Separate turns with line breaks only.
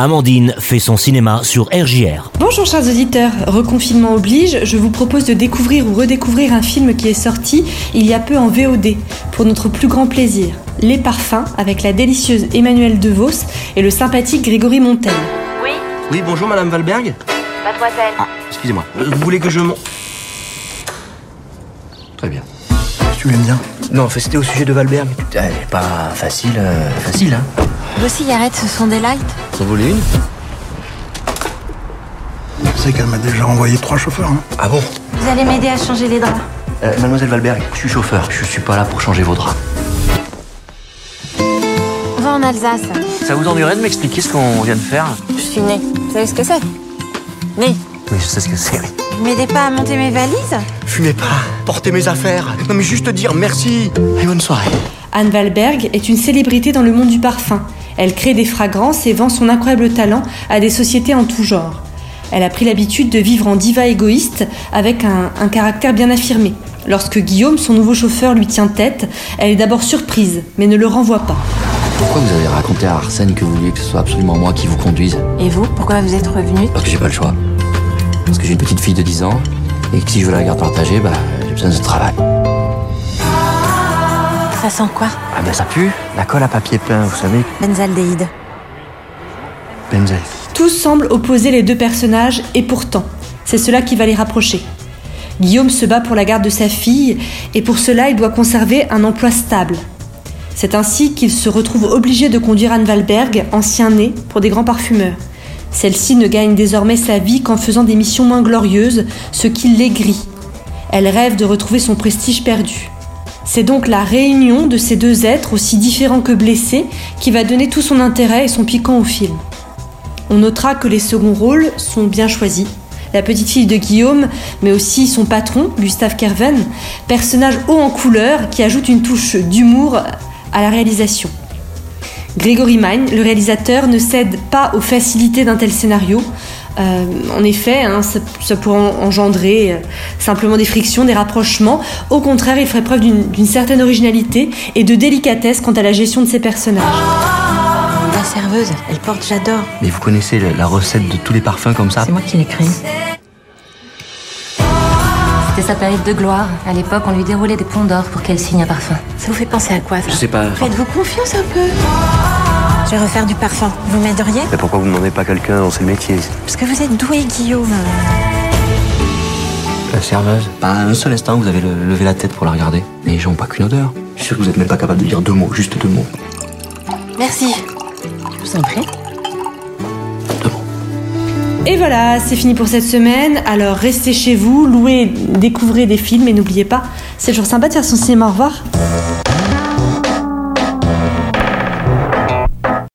Amandine fait son cinéma sur RJR.
Bonjour chers auditeurs, reconfinement oblige, je vous propose de découvrir ou redécouvrir un film qui est sorti il y a peu en VOD, pour notre plus grand plaisir, Les Parfums, avec la délicieuse Emmanuelle DeVos et le sympathique Grégory Montel.
Oui,
Oui, bonjour Madame Valberg.
mademoiselle.
Ah, excusez-moi. Euh, Vous voulez que je m'en... Très bien. Tu m'aimes bien Non, enfin, c'était au sujet de Valberg. Putain, elle est pas facile, euh, facile, hein.
Vos cigarettes, ce sont des lights
Vous en voulez une
Tu sais qu'elle m'a déjà envoyé trois chauffeurs. hein.
Ah bon
Vous allez m'aider à changer les draps.
Euh, Mademoiselle Valberg, je suis chauffeur. Je suis pas là pour changer vos draps.
On va en Alsace.
Ça vous ennuierait de m'expliquer ce qu'on vient de faire
Je suis née. Vous savez ce que c'est Née.
Mais je sais ce que c'est, oui.
Vous m'aidez pas à monter mes valises
Fumez pas, portez mes affaires. Non, mais juste dire merci et bonne soirée.
Anne Valberg est une célébrité dans le monde du parfum. Elle crée des fragrances et vend son incroyable talent à des sociétés en tout genre. Elle a pris l'habitude de vivre en diva égoïste avec un, un caractère bien affirmé. Lorsque Guillaume, son nouveau chauffeur, lui tient tête, elle est d'abord surprise, mais ne le renvoie pas.
Pourquoi vous avez raconté à Arsène que vous vouliez que ce soit absolument moi qui vous conduise
Et vous, pourquoi vous êtes revenu
Parce que j'ai pas le choix. Parce que j'ai une petite fille de 10 ans et que si je veux la garde partagée, bah j'ai besoin de ce travail.
Ça sent quoi
Ah ben ça pue, la colle à papier peint, vous savez,
Benzaldéhyde.
Benzel.
Tout semble opposer les deux personnages et pourtant, c'est cela qui va les rapprocher. Guillaume se bat pour la garde de sa fille et pour cela il doit conserver un emploi stable. C'est ainsi qu'il se retrouve obligé de conduire Anne Valberg, ancien né, pour des grands parfumeurs. Celle-ci ne gagne désormais sa vie qu'en faisant des missions moins glorieuses, ce qui l'aigrit. Elle rêve de retrouver son prestige perdu. C'est donc la réunion de ces deux êtres aussi différents que blessés qui va donner tout son intérêt et son piquant au film. On notera que les seconds rôles sont bien choisis. La petite fille de Guillaume, mais aussi son patron, Gustave Kerven, personnage haut en couleur qui ajoute une touche d'humour à la réalisation. Grégory Magne, le réalisateur, ne cède pas aux facilités d'un tel scénario. Euh, en effet, hein, ça, ça pourrait en- engendrer euh, simplement des frictions, des rapprochements. Au contraire, il ferait preuve d'une d'une certaine originalité et de délicatesse quant à la gestion de ses personnages.
La serveuse, elle porte j'adore.
Mais vous connaissez la, la recette de tous les parfums comme ça
C'est moi qui l'ai créée.
C'était sa période de gloire. À l'époque, on lui déroulait des ponts d'or pour qu'elle signe un parfum.
Ça vous fait penser à quoi ça
Je sais pas.
Faites-vous confiance un peu Je vais refaire du parfum. Vous m'aideriez
Mais pourquoi vous demandez pas quelqu'un dans ses métiers
Parce que vous êtes doué, Guillaume.
La serveuse Pas un seul instant vous avez le- levé la tête pour la regarder. Les gens ont pas qu'une odeur. Je suis sûr que vous êtes même pas capable de dire deux mots, juste deux mots.
Merci. Je vous en prie.
Et voilà, c'est fini pour cette semaine. Alors restez chez vous, louez, découvrez des films et n'oubliez pas, c'est toujours sympa de faire son cinéma. Au revoir.